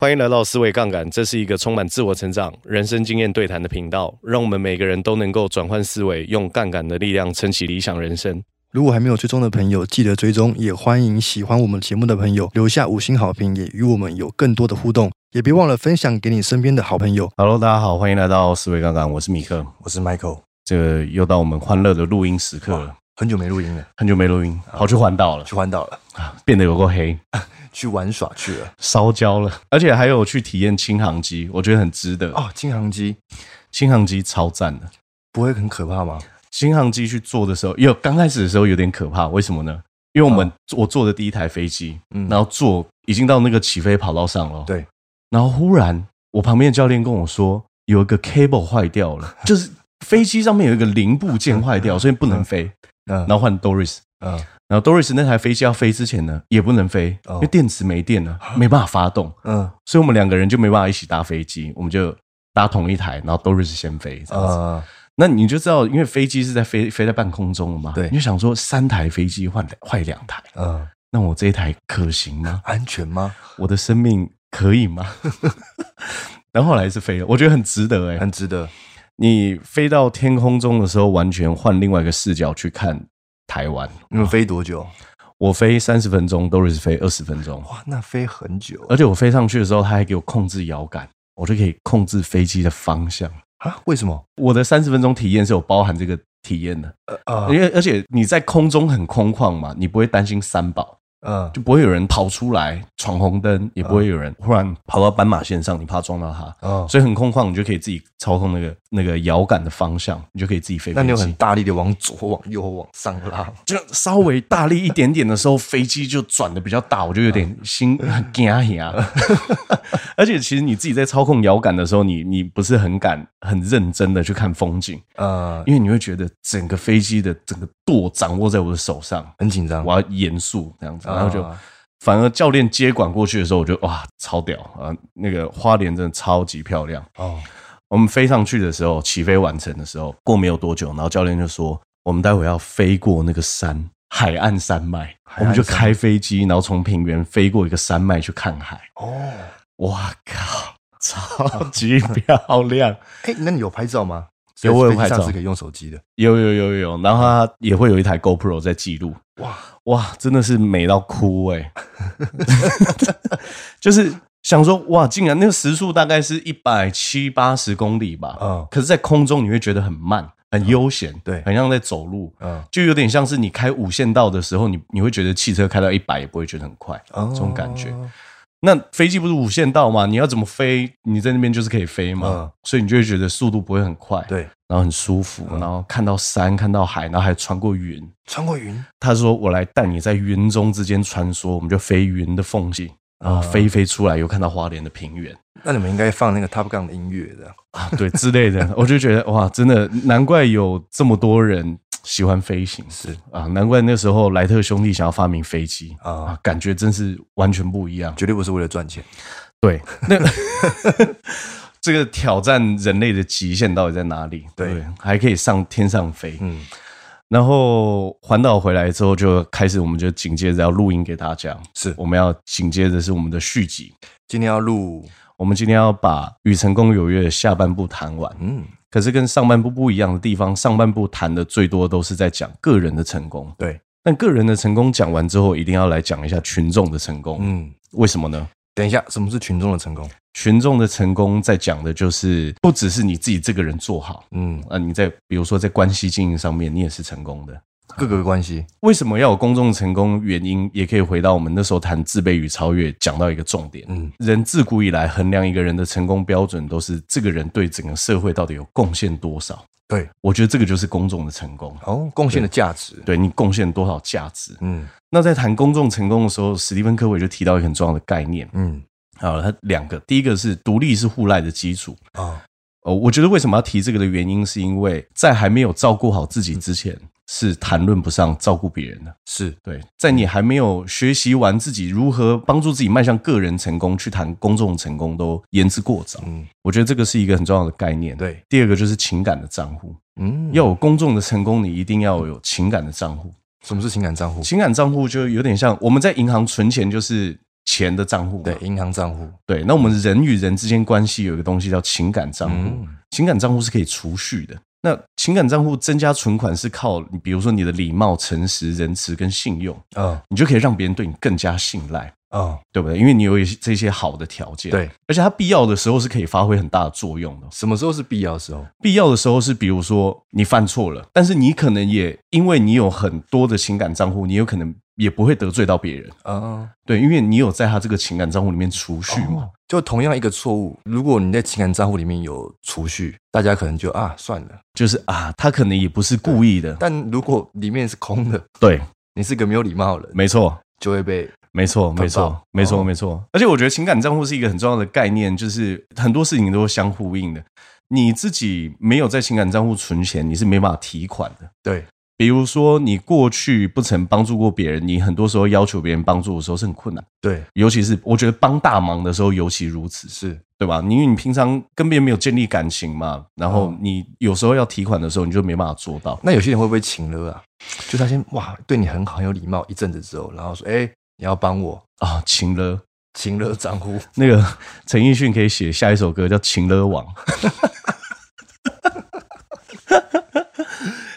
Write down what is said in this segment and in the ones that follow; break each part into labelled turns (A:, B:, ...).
A: 欢迎来到思维杠杆，这是一个充满自我成长、人生经验对谈的频道，让我们每个人都能够转换思维，用杠杆的力量撑起理想人生。
B: 如果还没有追踪的朋友，记得追踪，也欢迎喜欢我们节目的朋友留下五星好评，也与我们有更多的互动，也别忘了分享给你身边的好朋友。
A: Hello，大家好，欢迎来到思维杠杆，我是米克，
B: 我是 Michael，
A: 这个又到我们欢乐的录音时刻了，
B: 很久没录音了，
A: 很久没录音，跑去环岛了，
B: 去环岛了，
A: 变得有够黑，
B: 去玩耍去了。
A: 烧焦了，而且还有去体验轻航机，我觉得很值得。
B: 哦，金航机
A: 轻航机超赞的，
B: 不会很可怕吗？
A: 新航机去坐的时候，有刚开始的时候有点可怕，为什么呢？因为我们、我坐的第一台飞机，
B: 嗯
A: 然后坐已经到那个起飞跑道上了，
B: 对，
A: 然后忽然我旁边的教练跟我说，有一个 cable 坏 掉了，就是飞机上面有一个零部件坏掉，所以不能飞，
B: 嗯
A: 然后换 Doris。
B: 嗯
A: 然后 Doris 那台飞机要飞之前呢，也不能飞，
B: 哦
A: 因为电池没电了，没办法发动，
B: 嗯
A: 所以我们两个人就没办法一起搭飞机，我们就搭同一台，然后 Doris 先飞，这样子。
B: 呃，
A: 那你就知道，因为飞机是在飞飞在半空中了嘛，
B: 对
A: 你就想说三台飞机换坏两台，
B: 嗯，
A: 那我这一台可行吗？
B: 安全吗？
A: 我的生命可以吗？ 然后后来是飞了，我觉得很值得哎、
B: 很值得。
A: 你飞到天空中的时候，完全换另外一个视角去看台湾。
B: 你们飞多久？
A: 我飞三十分钟，Doris 飞二十分钟，
B: 哇，那飞很久
A: 而且我飞上去的时候，他还给我控制摇杆，我就可以控制飞机的方向。
B: 啊？为什么？
A: 我的三十分钟体验是有包含这个体验的，
B: 呃啊
A: 因为而且你在空中很空旷嘛，你不会担心三宝，
B: 嗯
A: 就不会有人跑出来闯红灯，也不会有人忽然跑到斑马线上，你怕撞到他，
B: 嗯，
A: 所以很空旷，你就可以自己操控那个那个摇杆的方向，你就可以自己飞飞机。
B: 那你有很大力的往左、往右、往上拉吗，
A: 就稍微大力一点点的时候，飞机就转的比较大，我就有点心很惊呀。 而且其实你自己在操控摇杆的时候，你你不是很敢很认真的去看风景，
B: 呃，
A: 因为你会觉得整个飞机的整个舵掌握在我的手上，
B: 很紧张。
A: 我要严肃这样子，
B: 啊
A: 然后就、反而教练接管过去的时候，我就哇超屌啊！那个花莲真的超级漂亮。
B: 哦，
A: 我们飞上去的时候，起飞完成的时候，过没有多久，然后教练就说我们待会要飞过那个山。海岸山脉，
B: 海岸
A: 我
B: 山
A: 们就开飞机，然后从平原飞过一个山脉去看海。
B: 哦，
A: 哇靠， 超级漂亮！
B: 哎，那你有拍照吗？
A: 有我有拍
B: 飞机
A: 照
B: 上是可以用手机的。
A: 有有有有有，然后它也会有一台 GoPro 在记录。
B: 哇
A: 哇，真的是美到哭哎、 就是想说哇，竟然那个时速大概是一百七八十公里吧，
B: 嗯
A: 可是，在空中你会觉得很慢，很悠闲，
B: 对
A: 很像在走路，
B: 嗯，
A: 就有点像是你开五线道的时候，你你会觉得汽车开到一百也不会觉得很快，
B: 哦
A: 这种感觉。那飞机不是无限道吗？你要怎么飞？你在那边就是可以飞嘛，
B: 嗯
A: 所以你就会觉得速度不会很快，，
B: 对，嗯
A: 然后很舒服，然后看到山，看到海，然后还穿过云，
B: 穿过云，
A: 他说：“我来带你在云中之间穿梭，我们就飞云的缝隙，然
B: 嗯
A: 后飞一飞出来，又看到花莲的平原
B: 那你们应该放那个 Top Gun 的音乐的。
A: 啊，对之类的。” 我就觉得哇，真的难怪有这么多人喜欢飞行
B: 是
A: 啊，难怪那时候莱特兄弟想要发明飞机
B: 啊
A: 啊，感觉真是完全不一样。
B: 绝对不是为了赚钱。
A: 对，那 这个挑战人类的极限到底在哪里？
B: 对
A: 不还可以上天上飞。
B: 嗯，
A: 然后环岛回来之后，就开始我们就紧接着要录音给大家。
B: 是
A: 我们要紧接着是我们的续集。
B: 今天要录，
A: 我们今天要把《与成功有约》的下半部谈完，
B: 嗯，
A: 可是跟上半部不一样的地方，上半部谈的最多都是在讲个人的成功。
B: 对，
A: 但个人的成功讲完之后，一定要来讲一下群众的成功。
B: 嗯，
A: 为什么呢？
B: 等一下，什么是群众的成功？
A: 群众的成功在讲的就是，不只是你自己这个人做好，
B: 嗯，
A: 啊，你在比如说在关系经营上面，你也是成功的。
B: 各个关系，
A: 为什么要有公众成功？原因也可以回到我们那时候谈自卑与超越，讲到一个重点。
B: 嗯，
A: 人自古以来衡量一个人的成功标准，都是这个人对整个社会到底有贡献多少。
B: 对，
A: 我觉得这个就是公众的成功，
B: 哦，贡献的价值，
A: 对你贡献多少价值。
B: 嗯
A: 那在谈公众成功的时候，史蒂芬·科维就提到一个很重要的概念。
B: 嗯，
A: 好，他两个，第一个是独立是互赖的基础。
B: 哦，
A: 呃，我觉得为什么要提这个的原因，是因为在还没有照顾好自己之前，是谈论不上照顾别人的。
B: 是，
A: 对，在你还没有学习完自己如何帮助自己迈向个人成功，去谈公众成功都言之过早。
B: 嗯，
A: 我觉得这个是一个很重要的概念。，
B: 对，
A: 第二个就是情感的账户，
B: 嗯，
A: 要有公众的成功，你一定要有情感的账户。
B: 什么是情感账户？
A: 情感账户就有点像我们在银行存钱，就是钱的账户嘛，
B: 对，银行账户，
A: 对，那我们人与人之间关系有一个东西叫情感账户，
B: 嗯
A: 情感账户是可以储蓄的。那情感账户增加存款是靠你，比如说你的礼貌、诚实、仁慈跟信用，
B: 嗯
A: 你就可以让别人对你更加信赖，
B: 嗯，
A: 对不对？因为你有一些这些好的条件，，
B: 对，
A: 而且它必要的时候是可以发挥很大的作用的。
B: 什么时候是必要的时候？
A: 必要的时候是，比如说你犯错了，但是你可能也因为你有很多的情感账户，你有可能也不会得罪到别人，
B: 嗯，
A: 对，因为你有在他这个情感账户里面储蓄嘛。
B: 哦就同样一个错误，如果你在情感账户里面有储蓄，大家可能就啊算了。
A: 就是啊，他可能也不是故意的。
B: 但如果里面是空的，
A: 对，
B: 你是个没有礼貌的人，
A: 没错，
B: 就会被
A: 没错，
B: 棒
A: 没错，没错，
B: 哦
A: 没错。而且我觉得情感账户是一个很重要的概念，就是很多事情都是相呼应的。你自己没有在情感账户存钱，你是没办法提款的。
B: 对
A: 比如说，你过去不曾帮助过别人，你很多时候要求别人帮助的时候是很困难，
B: 对
A: 尤其是我觉得帮大忙的时候尤其如此，
B: 是
A: 对吧？因为你平常跟别人没有建立感情嘛，然后
B: 嗯
A: 你有时候要提款的时候，你就没办法做到。
B: 那有些人会不会情了啊？就是他先哇对你很好，很有礼貌，一阵子之后，然后说哎、你要帮我
A: 啊，情了。
B: 情了账户，
A: 那个陈奕迅可以写下一首歌叫《情勒王》，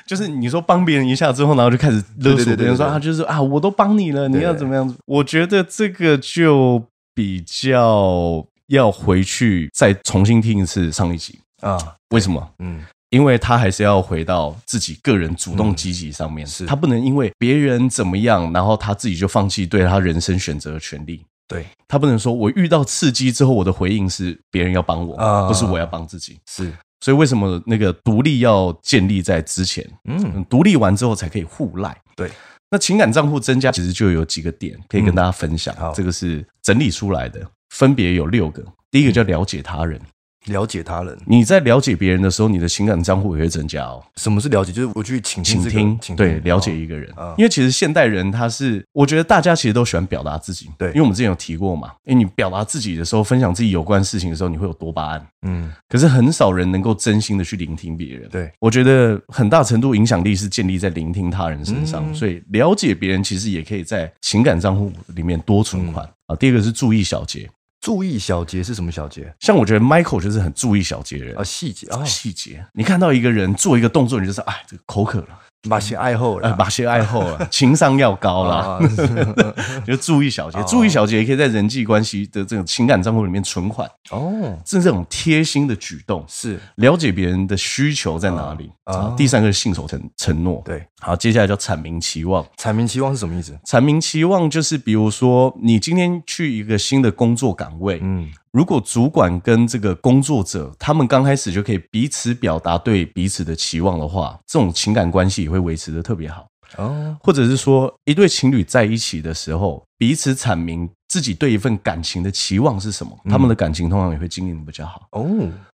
A: 就是你说帮别人一下之后，然后就开始
B: 对对
A: 勒
B: 对
A: 索别人说
B: 对对对
A: 啊，就是啊，我都帮你了，你要怎么样子？我觉得这个就比较要回去再重新听一次上一集，
B: 啊，
A: 为什么？
B: 嗯，
A: 因为他还是要回到自己个人主动积极上面，
B: 是
A: 他不能因为别人怎么样，然后他自己就放弃对他人生选择的权利。
B: 对，
A: 他不能说我遇到刺激之后，我的回应是别人要帮我，
B: 啊
A: 不是我要帮自己。
B: 是，
A: 所以为什么那个独立要建立在之前，
B: 嗯，
A: 嗯独立完之后才可以互赖？
B: 对，
A: 那情感账户增加其实就有几个点可以跟大家分享，
B: 嗯好
A: 这个是整理出来的，分别有六个。第一个叫了解他人，
B: 了解他人。
A: 你在了解别人的时候，你的情感账户也会增加哦。
B: 什么是了解？就是我去倾听
A: 倾
B: 这个、
A: 听，
B: 倾听
A: 对，了解
B: 哦
A: 一个人
B: 啊，
A: 因为其实现代人他是，我觉得大家其实都喜欢表达自己，
B: 对
A: 因为我们之前有提过嘛，因为你表达自己的时候，分享自己有关事情的时候，你会有多巴胺，
B: 嗯，
A: 可是很少人能够真心的去聆听别人。
B: 对，
A: 我觉得很大程度影响力是建立在聆听他人身上，
B: 嗯
A: 所以了解别人其实也可以在情感账户里面多存
B: 嗯
A: 款、啊。第二个是注意小节，
B: 注意小节是什么小节
A: 像我觉得 Michael 就是很注意小节的人
B: 啊？。细节啊，
A: 细节，你看到一个人做一个动作，你就知道，哎，这个口渴了，
B: 把些爱好啦，
A: 呃，把些爱好 了，情商要高啦，
B: 啊
A: 就注意小节
B: 哦，
A: 注意小节也可以在人际关系的这种情感账户里面存款，
B: 哦，
A: 是这种贴心的举动，
B: 是
A: 了解别人的需求在哪里。
B: 哦
A: 啊，第三个是信守承承诺。，
B: 对，
A: 好，接下来叫阐明期望。
B: 阐明期望是什么意思？
A: 阐明期望就是，比如说你今天去一个新的工作岗位，
B: 嗯，
A: 如果主管跟这个工作者他们刚开始就可以彼此表达对彼此的期望的话，这种情感关系也会维持的特别好。
B: 哦，
A: 或者是说一对情侣在一起的时候，彼此阐明自己对一份感情的期望是什么，
B: 嗯
A: 他们的感情通常也会经营的比较好。
B: 哦，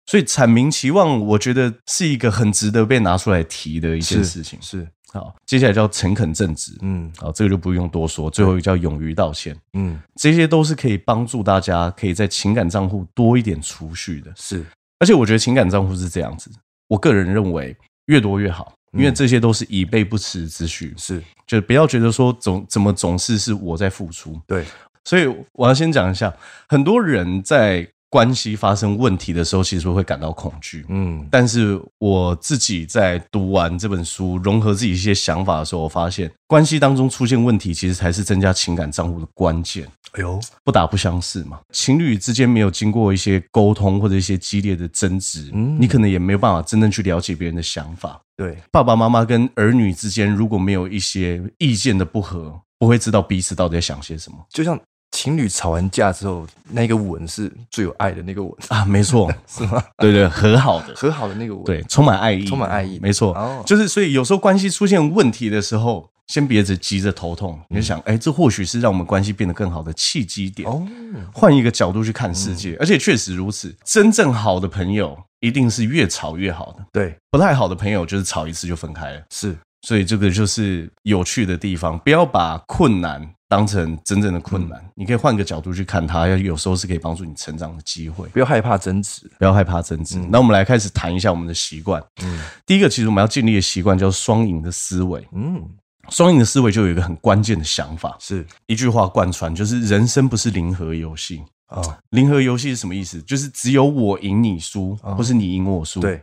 A: 所以阐明期望，我觉得是一个很值得被拿出来提的一件事情。
B: 是，
A: 好，接下来叫诚恳正直，
B: 嗯
A: 好，这个就不用多说。最后一个叫勇于道歉，
B: 嗯，
A: 这些都是可以帮助大家可以在情感账户多一点储蓄的。
B: 是，
A: 而且我觉得情感账户是这样子，我个人认为越多越好，因为
B: 嗯
A: 这些都是以备不时之需。
B: 是
A: 就不要觉得说总怎么总是是我在付出。
B: 对，
A: 所以我要先讲一下，很多人在关系发生问题的时候，其实会感到恐惧。
B: 嗯，
A: 但是我自己在读完这本书，融合自己一些想法的时候，我发现关系当中出现问题，其实才是增加情感账户的关键。
B: 哎呦，
A: 不打不相识嘛，情侣之间没有经过一些沟通或者一些激烈的争执，
B: 嗯
A: 你可能也没有办法真正去了解别人的想法。
B: 对，
A: 爸爸妈妈跟儿女之间如果没有一些意见的不合，不会知道彼此到底在想些什么
B: 就像情侣吵完架之后，那个吻是最有爱的那个 吻，
A: 啊。没错，
B: 是吗？
A: 对对，和好 的，
B: 和好的那个吻，
A: 对，，充满爱意，
B: 充满爱意
A: 没错。
B: 哦
A: 就是所以有时候关系出现问题的时候，先别着急着头
B: 嗯
A: 痛，你就想，哎、这或许是让我们关系变得更好的契机点。
B: 哦，嗯
A: 换一个角度去看世界，而且确实如此。真正好的朋友一定是越吵越好的，
B: 对，
A: 不太好的朋友就是吵一次就分开了。
B: 是，
A: 所以这个就是有趣的地方，不要把困难当成真正的困
B: 嗯
A: 难，你可以换个角度去看它，有时候是可以帮助你成长的机会。
B: 不要害怕争执，
A: 不要害怕争执。那我们来开始谈一下我们的习惯。
B: 嗯
A: 第一个，其实我们要建立的习惯叫双赢的思维。
B: 嗯，
A: 双赢的思维就有一个很关键的想法，
B: 是
A: 一句话贯穿，就是人生不是零和游戏。
B: 哦，
A: 零和游戏是什么意思？就是只有我赢你输，
B: 哦
A: 或是你赢我输。，
B: 对，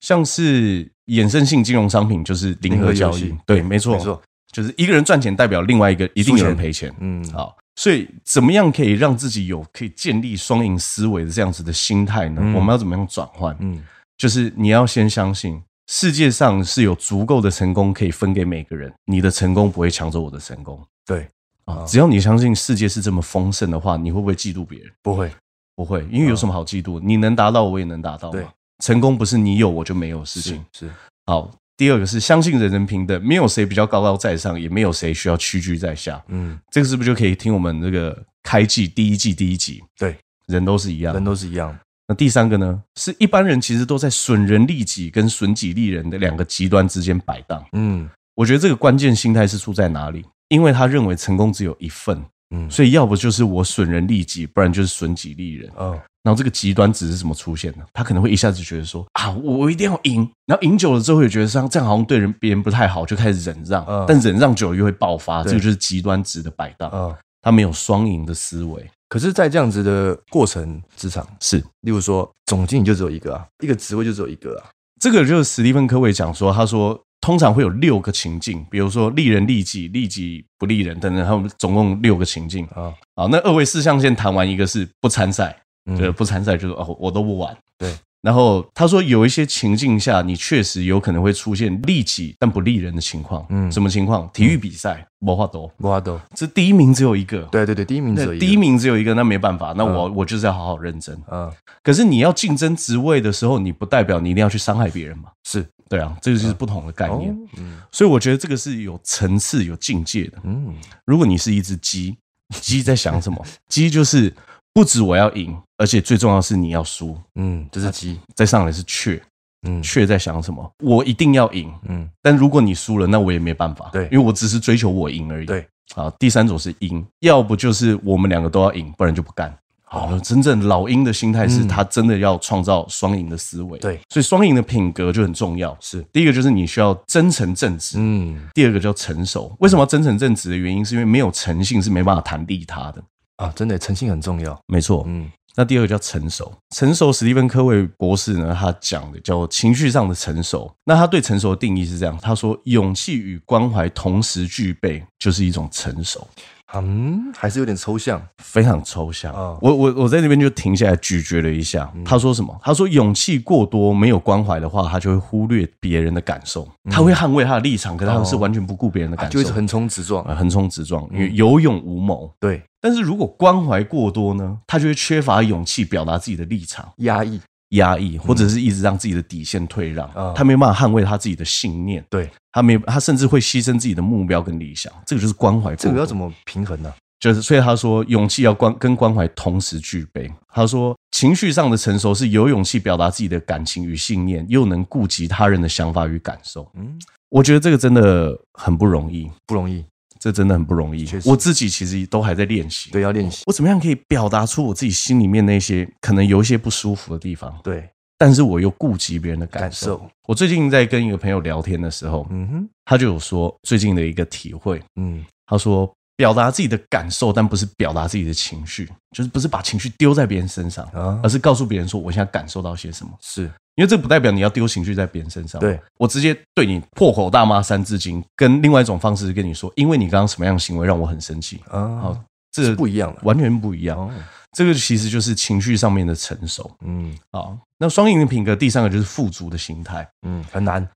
A: 像是衍生性金融商品就是零和交
B: 零和
A: 易
B: 游戏。
A: 对，没错，
B: 没错，
A: 就是一个人赚钱代表另外一个一定有人赔钱。
B: 嗯，
A: 好，所以怎么样可以让自己有可以建立双赢思维的这样子的心态呢？
B: 嗯
A: 我们要怎么样转换？
B: 嗯，
A: 就是你要先相信。世界上是有足够的成功可以分给每个人，你的成功不会抢走我的成功
B: 对，
A: 啊！
B: 哦
A: 只要你相信世界是这么丰盛的话，你会不会嫉妒别人？
B: 不会，
A: 不会，因为有什么好嫉妒？你能达到，我也能达到嘛。
B: 啊对
A: 成功不是你有我就没有事
B: 是
A: 情。
B: 是，
A: 好，第二个是相信人人平等，没有谁比较高高在上，也没有谁需要屈居在下。
B: 嗯，
A: 这个是不是就可以听我们这个开季第一季第一集？
B: 对，
A: 人都是一样
B: 人。都是一样，
A: 那第三个呢，是一般人其实都在损人利己跟损己利人的两个极端之间摆荡。
B: 嗯
A: 我觉得这个关键心态是出在哪里？因为他认为成功只有一份，
B: 嗯，
A: 所以要不就是我损人利己，不然就是损己利人。
B: 哦，
A: 然后这个极端值是怎么出现的？他可能会一下子觉得说啊，我我一定要赢，然后赢久了之后也觉得这样这样好像对人别人不太好，就开始忍让，
B: 嗯
A: 但忍让久了又会爆发，
B: 对
A: 这个就是极端值的摆荡。
B: 哦，
A: 他没有双赢的思维，
B: 可是，在这样子的过程，职场，
A: 是
B: 例如说，总经理就只有一个啊，一个职位就只有一个啊，
A: 这个就是史蒂芬科维讲说，他说通常会有六个情境，比如说利人利己、利己不利人等等，他们总共六个情境。
B: 啊，
A: 好，那二位四象限谈完一个是不参赛，
B: 嗯
A: 对，不参赛就是哦，我都不玩。
B: 对，
A: 然后他说有一些情境下，你确实有可能会出现利己但不利人的情况。
B: 嗯
A: 嗯，什么情况？体育比赛，没话多，
B: 瓜豆，
A: 这第一名只有一个。
B: 对对对，第一名只有
A: 那
B: 一个，嗯
A: 第一，名只有一个，那没办法，那我、我就是要好好认真。
B: 啊，
A: 可是你要竞争职位的时候，你不代表你一定要去伤害别人嘛？
B: 是
A: 对啊，这个就是不同的概
B: 哦
A: 念。，
B: 嗯
A: 所以我觉得这个是有层次、有境界的。
B: 嗯，
A: 如果你是一只鸡，鸡在想什么？ 鸡就是不止我要赢，而且最重要是你要输。
B: 嗯，
A: 啊
B: 这是鸡，
A: 再上来是雀，
B: 嗯
A: 雀在想什么？我一定要赢，
B: 嗯
A: 但如果你输了，那我也没办法，
B: 对
A: 因为我只是追求我赢而已。
B: 对，
A: 啊，第三种是赢，要不就是我们两个都要赢，不然就不干。好，真正老鹰的心态是
B: 嗯
A: 他真的要创造双赢的思维。
B: 对，
A: 所以双赢的品格就很重要。
B: 是
A: 第一个就是你需要真诚正直，
B: 嗯
A: 第二个叫成熟。为什么要真诚正直的原因，是因为没有诚信是没办法谈利他的。
B: 啊，真的诚信很重要，
A: 没错，
B: 嗯
A: 那第二个叫成熟。成熟，史蒂芬科维博士呢，他讲的叫情绪上的成熟。那他对成熟的定义是这样，他说：勇气与关怀同时具备，就是一种成熟。
B: 嗯，还是有点抽象，啊
A: 非常抽象
B: 嗯。
A: 我我我在那边就停下来咀嚼了一下。他说什么？他说勇气过多，没有关怀的话，他就会忽略别人的感受。他会捍卫他的立场，可是他是完全不顾别人的感
B: 嗯哦
A: 受，
B: 啊就一嗯直横冲直撞，
A: 呃横冲直撞，因为有勇无谋。
B: 对，
A: 但是如果关怀过多呢，他就会缺乏勇气表达自己的立场，
B: 压抑，
A: 压抑，或者是一直让自己的底线退让，
B: 嗯
A: 他没有办法捍卫他自己的信念，
B: 对，
A: 他没有，他甚至会牺牲自己的目标跟理想，这个就是关怀。
B: 这个要怎
A: 么？
B: 么平衡呢？
A: 就是所以他说，勇气要关跟关怀同时具备。他说，情绪上的成熟是有勇气表达自己的感情与信念，又能顾及他人的想法与感受。
B: 嗯，
A: 我觉得这个真的很不容易，
B: 不容易，
A: 这真的很不容易
B: 确。实
A: 我自己其实都还在练习。
B: 对，要练习，
A: 我怎么样可以表达出我自己心里面那些可能有一些不舒服的地方，
B: 对，
A: 但是我又顾及别人的
B: 感
A: 感受。
B: 受，
A: 我最近在跟一个朋友聊天的时候，
B: 嗯哼，
A: 他就有说最近的一个体会，
B: 嗯，
A: 他说表达自己的感受，但不是表达自己的情绪，就是不是把情绪丢在别人身上，
B: 啊
A: 而，是告诉别人说我现在感受到些什么。
B: 是
A: 因为这不代表你要丢情绪在别人身上。
B: 对，
A: 我直接对你破口大骂三字经，跟另外一种方式跟你说，因为你刚刚什么样的行为让我很生气，
B: 啊，
A: 好
B: 是
A: 这
B: 不一样的，
A: 完全不一样。
B: 哦，
A: 这个其实就是情绪上面的成熟
B: 嗯
A: 啊。好那双赢的品格，第三个就是富足的心态，
B: 嗯，很难，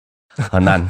A: 很 难，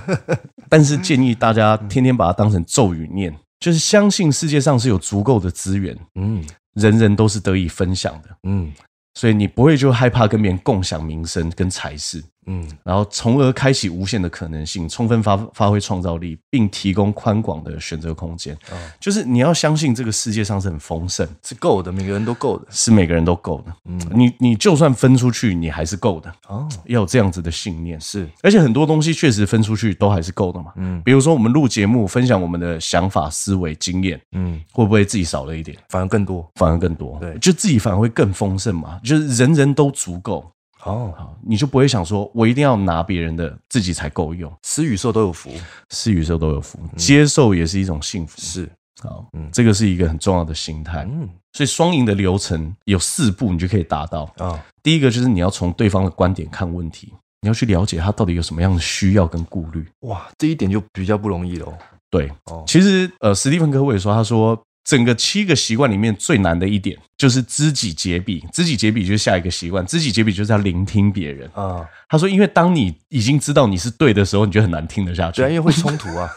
A: 但是建议大家天天把它当成咒语念，就是相信世界上是有足够的资源，
B: 嗯
A: 人人都是得以分享的，
B: 嗯
A: 所以你不会就害怕跟别人共享名声跟财势，
B: 嗯，
A: 然后从而开启无限的可能性，充分发发挥创造力，并提供宽广的选择空间。
B: 哦
A: 就是你要相信这个世界上是很丰盛，
B: 是够的，每个人都够的，
A: 是每个人都够的。
B: 嗯
A: 你你就算分出去，你还是够的，
B: 哦，
A: 要有这样子的信念。
B: 是，
A: 而且很多东西确实分出去都还是够的嘛。
B: 嗯
A: 比如说我们录节目，分享我们的想法、思维、经验，
B: 嗯，
A: 会不会自己少了一点，
B: 反而更多，
A: 反而更多？
B: 对
A: 就自己反而会更丰盛嘛。就是人人都足够，
C: 哦，
A: 你就不会想说我一定要拿别人的自己才够用。
C: 施与受都有福，
A: 是与受都有福，接受也是一种幸福。
C: 嗯是，
A: 好，
C: 嗯
A: 这个是一个很重要的心态。
C: 嗯
A: 所以双赢的流程有四步，你就可以达到。
C: 啊，
A: 第一个就是你要从对方的观点看问题，你要去了解他到底有什么样的需要跟顾虑。
C: 哇，这一点就比较不容易喽。
A: 对，
C: 哦，
A: 其实呃，史蒂芬科维说，他说整个七个习惯里面最难的一点就是知己解比，知己解比就是下一个习惯，知己解比就是要聆听别人。
C: 啊，
A: 他说，因为当你已经知道你是对的时候，你就很难听得下去
C: 对啊，。因为会冲突啊。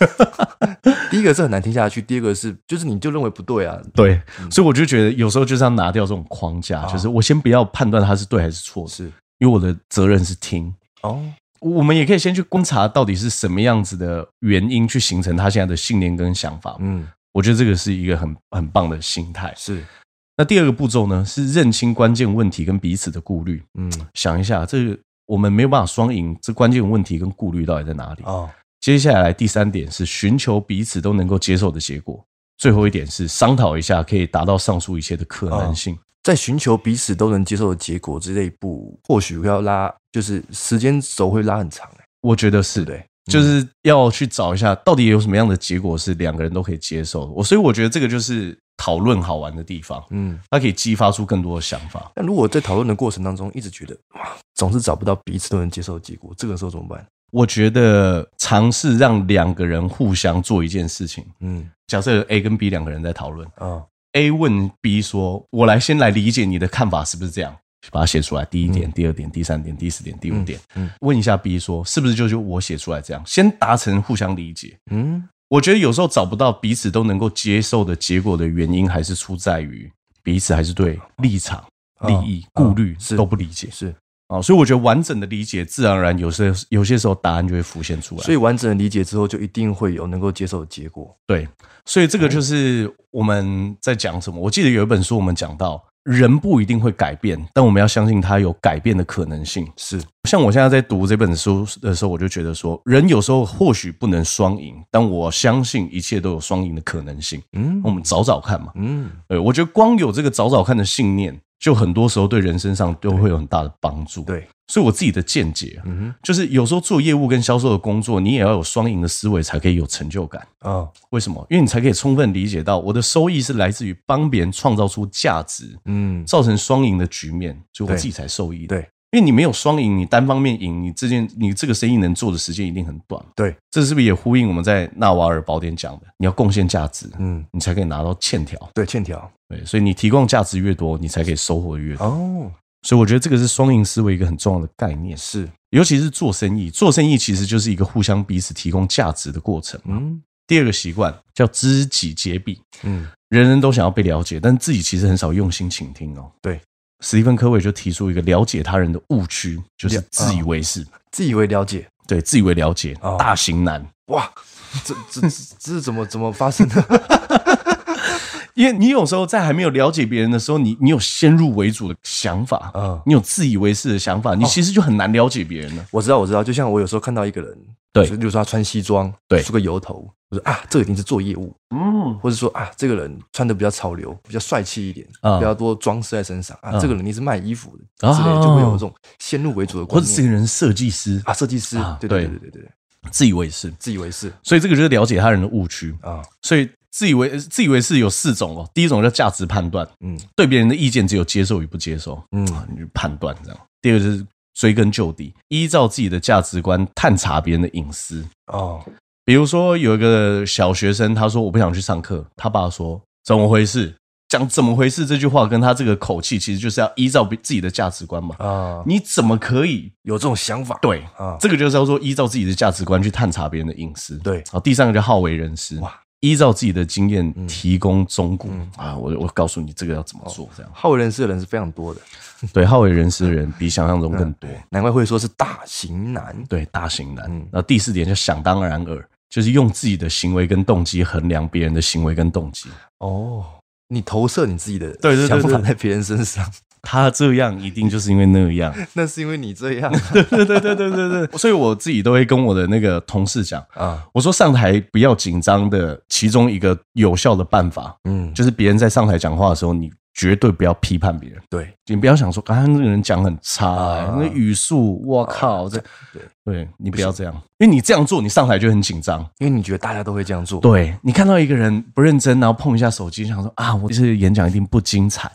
C: 第一个是很难听下去，第二个是就是你就认为不对啊，
A: 对，所以我就觉得有时候就是要拿掉这种框架，
C: 啊
A: 就是我先不要判断他是对还是错，
C: 是
A: 因为我的责任是听。
C: 哦，
A: 我们也可以先去观察到底是什么样子的原因去形成他现在的信念跟想法。
C: 嗯，
A: 我觉得这个是一个很很棒的心态。
C: 是，
A: 那第二个步骤呢，是认清关键问题跟彼此的顾虑。
C: 嗯，
A: 想一下，这个我们没有办法双赢，这关键问题跟顾虑到底在哪里？
C: 哦，
A: 接下来第三点是寻求彼此都能够接受的结果。最后一点是商讨一下可以达到上述一切的可
C: 哦
A: 能性。
C: 在寻求彼此都能接受的结果之类步，或许要拉，就是时间轴会拉很长、欸，
A: 我觉得是
C: 对不嗯对？
A: 就是要去找一下到底有什么样的结果是两个人都可以接受的。我所以我觉得这个就是讨论好玩的地方，
C: 嗯，
A: 它可以激发出更多的想法。
C: 但如果在讨论的过程当中一直觉得哇，总是找不到彼此都能接受的结果，这个时候怎么办？
A: 我觉得尝试让两个人互相做一件事情。
C: 嗯
A: 假设有 A 跟 B 两个人在讨论
C: 啊、
A: ，A 问 B 说：“我来先来理解你的看法是不是这样？”把它写出来，第一点、第二点、第三点、第四点、第五点。
C: 嗯嗯嗯
A: 问一下 B 说：“是不是就是我写出来这样？”先达成互相理解。
C: 嗯，
A: 我觉得有时候找不到彼此都能够接受的结果的原因，还是出在于彼此还是对立场、
C: 啊
A: 利益、
C: 啊
A: 顾虑
C: 是
A: 都不理解
C: 是，
A: 啊。所以我觉得完整的理解，自然而然有些有些时候答案就会浮现出来。
C: 所以完整的理解之后，就一定会有能够接受的结果。
A: 对，所以这个就是我们在讲什么。我记得有一本书，我们讲到人不一定会改变，但我们要相信他有改变的可能性。
C: 是，
A: 像我现在在读这本书的时候，我就觉得说，人有时候或许不能双赢，但我相信一切都有双赢的可能性。
C: 嗯
A: 我们找找看嘛。
C: 嗯，
A: 对，我觉得光有这个找找看的信念，就很多时候对人身上都会有很大的帮助。，
C: 对，
A: 所以我自己的见解啊。
C: 嗯
A: 就是有时候做业务跟销售的工作，你也要有双赢的思维，才可以有成就感。
C: 哼，啊、
A: 为什么？因为你才可以充分理解到我的收益是来自于帮别人创造出价值，
C: 嗯，
A: 造成双赢的局面，所以我
C: 对
A: 自己才受益的。
C: 对，
A: 因为你没有双赢，你单方面赢，你这件你这个生意能做的时间一定很短。
C: 对，
A: 这是不是也呼应我们在纳瓦尔宝典讲的？你要贡献价值，
C: 嗯，
A: 你才可以拿到欠条。
C: 对，欠条。
A: 对，所以你提供价值越多，你才可以收获越多。
C: 哦，
A: 所以我觉得这个是双赢思维一个很重要的概念，
C: 是，
A: 尤其是做生意，做生意其实就是一个互相彼此提供价值的过程。
C: 嗯
A: 第二个习惯叫知己解彼。
C: 嗯，
A: 人人都想要被了解，但自己其实很少用心倾听哦。
C: 对，
A: 史蒂芬科维就提出一个了解他人的误区，就是
C: 了
A: 自以为是，
C: 自以为了解，
A: 对，自以为了解，
C: 哦
A: 大型男。
C: 哇，这这这这是怎么怎么发生的？
A: 因为你有时候在还没有了解别人的时候，你你有先入为主的想法，
C: 嗯
A: 你有自以为是的想法，你其实就很难了解别人了。
C: 我知道，我知道，就像我有时候看到一个人，
A: 对
C: 就比如说他穿西装，
A: 对
C: 梳个油头，我说啊，这个一定是做业务，
A: 嗯，
C: 或者说啊，这个人穿的比较潮流，比较帅气一点，
A: 嗯
C: 比较多装饰在身上啊，
A: 嗯
C: 这个人一定是卖衣服的
A: 哦
C: 之类的，就会有这种先入为主的
A: 或
C: 观
A: 者这
C: 念
A: 个人设计师，
C: 啊，设计师
A: 啊，
C: 对对
A: 对
C: 对对对对，
A: 自以为是，
C: 自以为是
A: 所以这个就是了解他人的误区。
C: 啊，
A: 所以自以为自以为是有四种哦，第一种叫价值判断，
C: 嗯
A: 对别人的意见只有接受与不接受，
C: 嗯
A: 啊，你去判断这样。第二个就是追根究底，依照自己的价值观探查别人的隐私。
C: 哦，
A: 比如说有一个小学生，他说我不想去上课，他爸说怎么回事？讲怎么回事这句话跟他这个口气，其实就是要依照自己的价值观嘛。
C: 啊，
A: 你怎么可以
C: 有这种想法，
A: 对？
C: 啊，
A: 这个就是叫做依照自己的价值观去探查别人的隐私。
C: 对
A: 好，第三个叫好为人师。
C: 哇
A: 依照自己的经验提供忠告、
C: 嗯哦
A: 啊，我我告诉你这个要怎么做，这样、
C: 好为人师的人是非常多的，
A: 对好为人师的人比想象中更多。
C: 难怪会说是大型男，
A: 对，大型男。
C: 嗯
A: 然后第四点就想当然尔，就是用自己的行为跟动机衡量别人的行为跟动机。
C: 哦，你投射你自己的
A: 对对对
C: 想法
A: 对
C: 在别人身上，
A: 他这样一定就是因为那样。
C: 那是因为你这样
A: 对对对对对对，所以我自己都会跟我的那个同事讲，
C: 啊，
A: 我说上台不要紧张的其中一个有效的办法，
C: 嗯，
A: 就是别人在上台讲话的时候，你绝对不要批判别人，
C: 对，
A: 你不要想说刚刚那个人讲很差、欸，
C: 啊
A: 那语速，我靠，这
C: 对
A: 对你不要这样，因为你这样做，你上台就很紧张。
C: 因为你觉得大家都会这样做，
A: 对你看到一个人不认真，然后碰一下手机，想说啊，我这次演讲一定不精彩，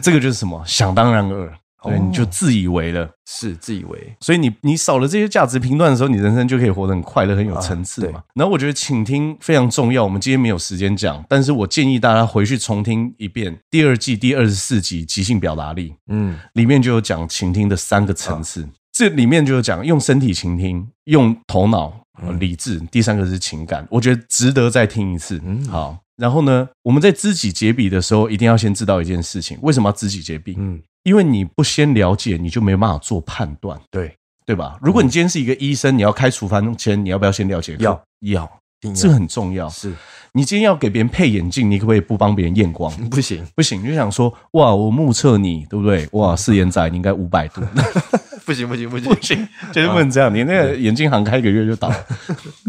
A: 这个就是什么想当然尔，对，
C: 哦
A: 你就自以为了。
C: 是自以为
A: 所以你你少了这些价值评断的时候，你人生就可以活得很快乐、很有层次嘛。然后我觉得倾听非常重要，我们今天没有时间讲，但是我建议大家回去重听一遍第二季第二十四集《即兴表达力》，
C: 嗯
A: 里面就有讲倾听的三个
C: 啊
A: 层次。这里面就有讲用身体倾听，用头脑、呃
C: 嗯
A: 理智，第三个是情感，我觉得值得再听一次。
C: 嗯
A: 好，然后呢，我们在知己解彼的时候，一定要先知道一件事情：为什么要知己解彼？
C: 嗯，
A: 因为你不先了解，你就没办法做判断。
C: 对，
A: 对吧？如果你今天是一个医生，你要开处方前，你要不要先了解？
C: 要
A: 要，
C: 一定
A: 这
C: 要
A: 很重要。
C: 是
A: 你今天要给别人配眼镜，你可不可以不帮别人验光？
C: 不行，
A: 不行，你就想说哇，我目测你，对不对？ 哇，四眼仔你应该五百度，
C: 不行不行不行
A: 不行， 绝对不能这样。你那个眼镜行开一个月就倒了。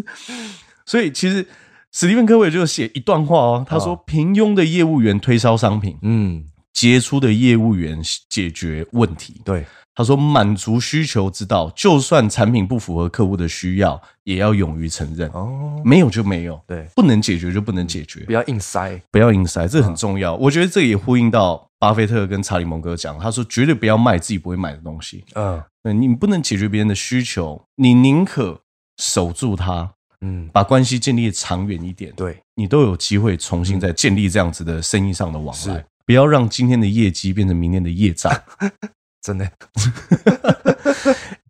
A: 所以其实史蒂芬科维尔就写一段话哦，他说：“平庸的业务员推销商品，
C: 嗯
A: 杰出的业务员解决问题。”
C: 对，
A: 他说：“满足需求之道，就算产品不符合客户的需要，也要勇于承认。
C: 哦
A: 没有就没有，
C: 对，
A: 不能解决就不能解决
C: 不，要硬塞，
A: 不要硬塞，这很重要。我觉得这也呼应到巴菲特跟查理蒙哥讲，他说绝对不要卖自己不会买的东西。
C: 嗯
A: 对你不能解决别人的需求，你宁可守住它，
C: 嗯
A: 把关系建立得长远一点。
C: 对，嗯
A: 你都有机会重新再建立这样子的生意上的往来
C: 是。”
A: 不要让今天的业绩变成明天的 业障，
C: 真的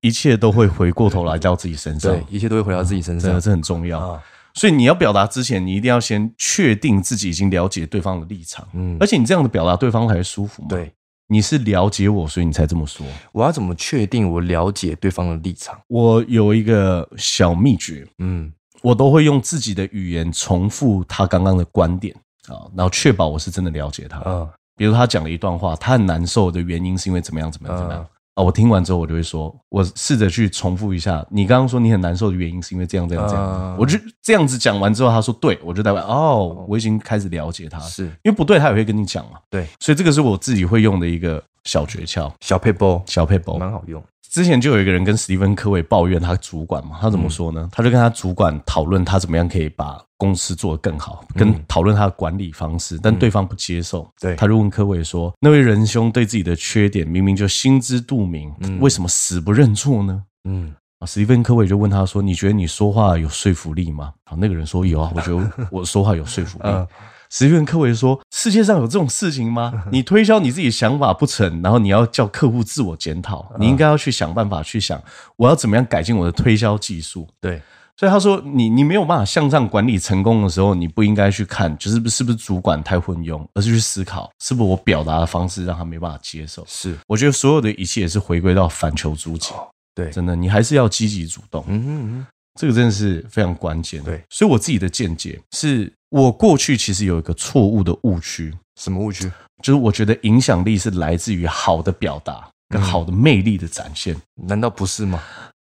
A: 一切都会回过头来到自己身上
C: 对。，一切都会回到自己身
A: 真
C: 上
A: 的，这很重要。
C: 啊，
A: 所以你要表达之前，你一定要先确定自己已经了解对方的立场，
C: 嗯
A: 而且你这样的表达对方才会舒服嘛。，
C: 对，
A: 你是了解我，所以你才这么说。
C: 我要怎么确定我了解对方的立场？
A: 我有一个小秘诀，
C: 嗯
A: 我都会用自己的语言重复他刚刚的观点啊，然后确保我是真的了解他。
C: 啊
A: 比如他讲了一段话，他很难受的原因是因为怎么样怎么样怎么样
C: 嗯
A: 啊？我听完之后，我就会说，我试着去重复一下，你刚刚说你很难受的原因是因为这样这样这样，
C: 嗯
A: 我就这样子讲完之后，他说对，我就代表哦，我已经开始了解他，
C: 是
A: 因为不对他也会跟你讲嘛，
C: 对，
A: 所以这个是我自己会用的一个小诀窍。
C: 小配包
A: 小佩宝
C: 蛮好用，
A: 之前就有一个人跟史蒂芬科维抱怨他主管嘛，他怎么说
C: 嗯
A: 呢？他就跟他主管讨论他怎么样可以把公司做得更好，跟讨论他的管理方式，但对方不接受。
C: 嗯对
A: 他就问科维说：“那位仁兄对自己的缺点明明就心知肚明，
C: 嗯
A: 为什么死不认错呢
C: 嗯，？”
A: 啊，史蒂芬科维就问他说：“你觉得你说话有说服力吗？”好，那个人说：“有啊，我觉得我说话有说服力。
C: 嗯
A: 史蒂芬·科维说：“世界上有这种事情吗？你推销你自己想法不成，然后你要叫客户自我检讨，你应该要去想办法去想，我要怎么样改进我的推销技术。
C: 对，”
A: 所以他说：“你你没有办法向上管理成功的时候，你不应该去看就是不是不是主管太昏庸，而是去思考是不是我表达的方式让他没办法接受。”
C: 是，
A: 我觉得所有的一切也是回归到反求诸己，
C: 哦对，
A: 真的，你还是要积极主动。
C: 嗯嗯
A: 这个真的是非常关键。
C: 对，
A: 所以我自己的见解是，我过去其实有一个错误的误区，
C: 什么误区？
A: 就是我觉得影响力是来自于好的表达
C: 嗯
A: 跟好的魅力的展现。
C: 难道不是吗？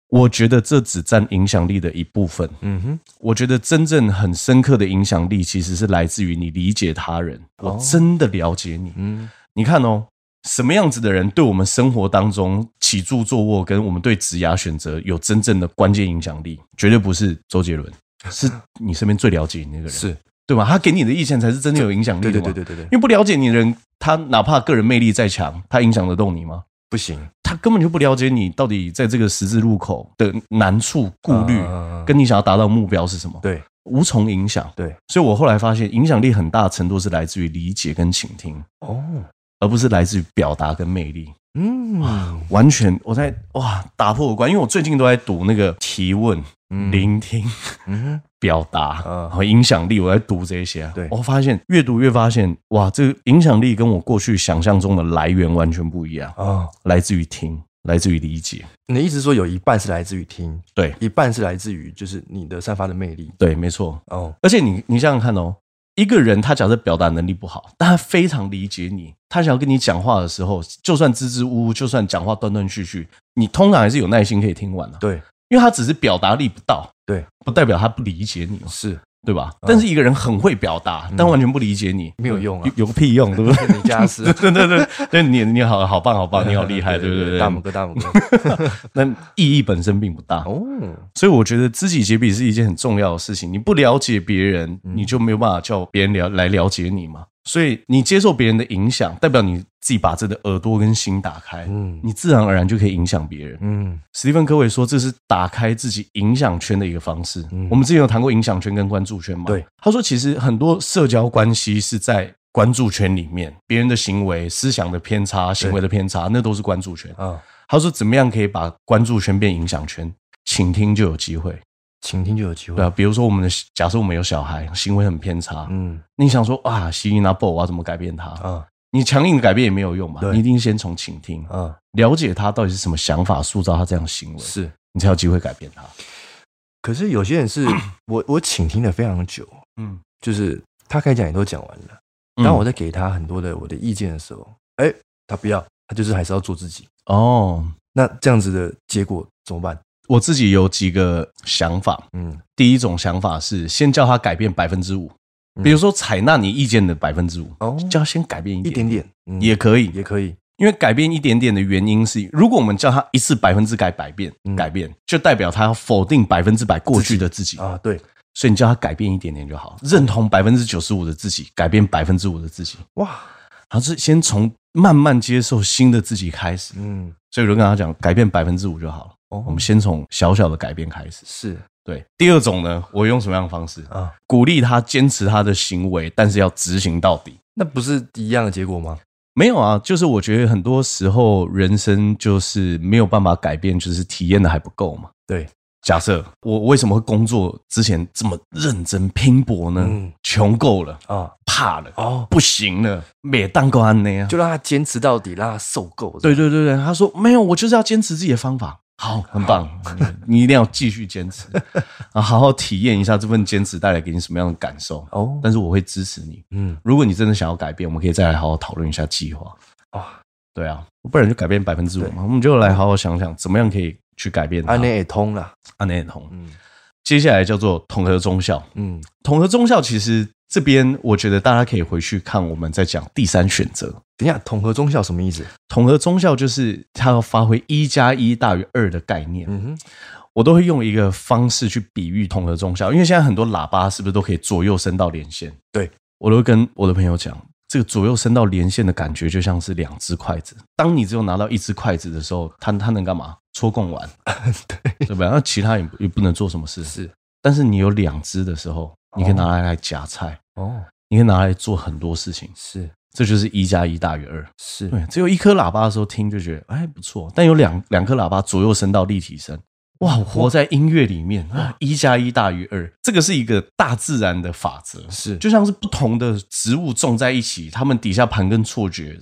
A: 我觉得这只占影响力的一部分。
C: 嗯哼，
A: 我觉得真正很深刻的影响力，其实是来自于你理解他人。
C: 哦
A: 我真的了解你。
C: 嗯，
A: 你看哦，什么样子的人对我们生活当中起住坐卧跟我们对职涯选择有真正的关键影响力，绝对不是周杰伦，是你身边最了解你那个人，
C: 是
A: 对吧？他给你的意见才是真的有影响力的
C: 对
A: 嘛
C: 对对对对对
A: 因，为不了解你的人，他哪怕个人魅力再强，他影响得动你吗？
C: 不行，
A: 他根本就不了解你到底在这个十字路口的难处、顾虑，
C: 啊
A: 跟你想要达到的目标是什么，
C: 对
A: 无从影响。
C: 对
A: 所以我后来发现，影响力很大程度是来自于理解跟倾听，
C: 哦，
A: 而不是来自于表达跟魅力。
C: 嗯
A: 完全我在哇打破我关，因为我最近都在读那个提问、
C: 嗯
A: 聆听、
C: 嗯
A: 表达
C: 嗯
A: 和影响力，我在读这些啊。
C: 对
A: 我发现越读越发现，哇，这个影响力跟我过去想象中的来源完全不一样，
C: 啊，
A: 来自于听，来自于理解。
C: 你的意思说有一半是来自于听，
A: 对
C: 一半是来自于就是你的散发的魅力
A: 对，没错。
C: 哦，
A: 而且你你想想看哦，一个人他假设表达能力不好，但他非常理解你，他想要跟你讲话的时候，就算支支吾吾，就算讲话断断续续，你通常还是有耐心可以听完啊。
C: 对
A: 因为他只是表达力不到，
C: 对，
A: 不代表他不理解你嘛。
C: 是
A: 对吧？但是一个人很会表达，但完全不理解你，
C: 嗯没有用啊
A: 有有个屁用，对不对？
C: 你家 是
A: 对对对，对你你好好棒好棒，你好厉 害，对对对，
C: 大拇哥大拇哥
A: 但意义本身并不大，
C: 哦，
A: 所以我觉得知己解彼是一件很重要的事情。你不了解别人，
C: 嗯
A: 你就没有办法叫别人了来了解你嘛。所以你接受别人的影响，代表你自己把自己的耳朵跟心打开，
C: 嗯
A: 你自然而然就可以影响别人。
C: 嗯
A: 史蒂芬·科维说，这是打开自己影响圈的一个方式。
C: 嗯
A: 我们之前有谈过影响圈跟关注圈嘛？
C: 对，
A: 他说其实很多社交关系是在关注圈里面，别人的行为、思想的偏差、行为的偏差，那都是关注圈。
C: 啊，
A: 他说怎么样可以把关注圈变影响圈？倾听就有机会，
C: 倾听就有机会
A: 对啊，，比如说我们的假设我们有小孩行为很偏差，
C: 嗯
A: 你想说啊，吸引他不，我要怎么改变他？
C: 啊
A: 你强硬改变也没有用嘛，
C: 对
A: 你一定先从倾听，
C: 啊
A: 了解他到底是什么想法，塑造他这样的行为，
C: 是。
A: 你才有机会改变他。
C: 可是有些 人是我我倾听了非常久，
A: 嗯，
C: 就是他该讲也都讲完了，当我在给他很多的我的意见的时候，哎，他不要，他就是还是要做自己。
A: 哦，
C: 那这样子的结果怎么办？
A: 我自己有几个想法。
C: 嗯
A: 第一种想法是先叫他改变百分之五，
C: 嗯
A: 比如说采纳你意见的百分之五，
C: 哦
A: 叫他先改变一
C: 一
A: 点
C: 点
A: 点
C: 点，嗯
A: 也可以，
C: 也可以，
A: 因为改变一点点的原因是，如果我们叫他一次百分之百改变，
C: 嗯
A: 改变就代表他要否定百分之百过去的自己
C: 啊，对，
A: 所以你叫他改变一点点就好，认同百分之九十五的自己，改变百分之五的自己，
C: 哇，
A: 然后是先从慢慢接受新的自己开始。
C: 嗯，
A: 所以我就跟他讲，改变百分之五就好了。
C: 哦
A: 我们先从小小的改变开始。
C: 是
A: 对，第二种呢，我用什么样的方式？
C: 啊，
A: 鼓励他坚持他的行为，但是要执行到底。
C: 那不是一样的结果吗？
A: 没有啊，就是我觉得很多时候人生就是没有办法改变，就是体验的还不够嘛。
C: 对，
A: 假设我为什么会工作之前这么认真拼搏呢？
C: 嗯
A: 穷够了，
C: 啊，
A: 怕了，
C: 哦，
A: 不行了，每蛋糕安那啊。
C: 就让他坚持到底，让他受够。
A: 对对对对，他说没有，我就是要坚持自己的方法。好，很棒，你你一定要继续坚持，啊，好好体验一下这份坚持带来给你什么样的感受。
C: 哦，
A: 但是我会支持你，
C: 嗯，
A: 如果你真的想要改变，我们可以再来好好讨论一下计划。
C: 哇，
A: 对啊，不然就改变百分之五嘛。我们就来好好想想，怎么样可以去改变它。
C: 安内也通了，
A: 安内同，
C: 嗯
A: 接下来叫做统合中校。
C: 嗯，
A: 统合中校其实这边，我觉得大家可以回去看我们在讲第三选择。
C: 等一下，统合中校什么意思？
A: 统合中校就是它要发挥一加一大于二的概念。
C: 嗯哼，
A: 我都会用一个方式去比喻统合中校，因为现在很多喇叭是不是都可以左右声道连线？
C: 对，
A: 我都会跟我的朋友讲，这个左右声道连线的感觉就像是两只筷子，当你只有拿到一只筷子的时候，它它能干嘛？戳贡丸， 对对吧？那其他也不也不能做什么事。
C: 是
A: 但是你有两只的时候，你可以拿来来夹菜，
C: 哦，
A: 你可以拿来做很多事情，
C: 是
A: 这就是一加一大于二。
C: 是，
A: 对，只有一颗喇叭的时候听就觉得哎不错，但有两两颗喇叭左右声道立体声，哇，我活在音乐里面啊，一加一大于二，这个是一个大自然的法则，
C: 是
A: 就像是不同的植物种在一起，它们底下盘根错节，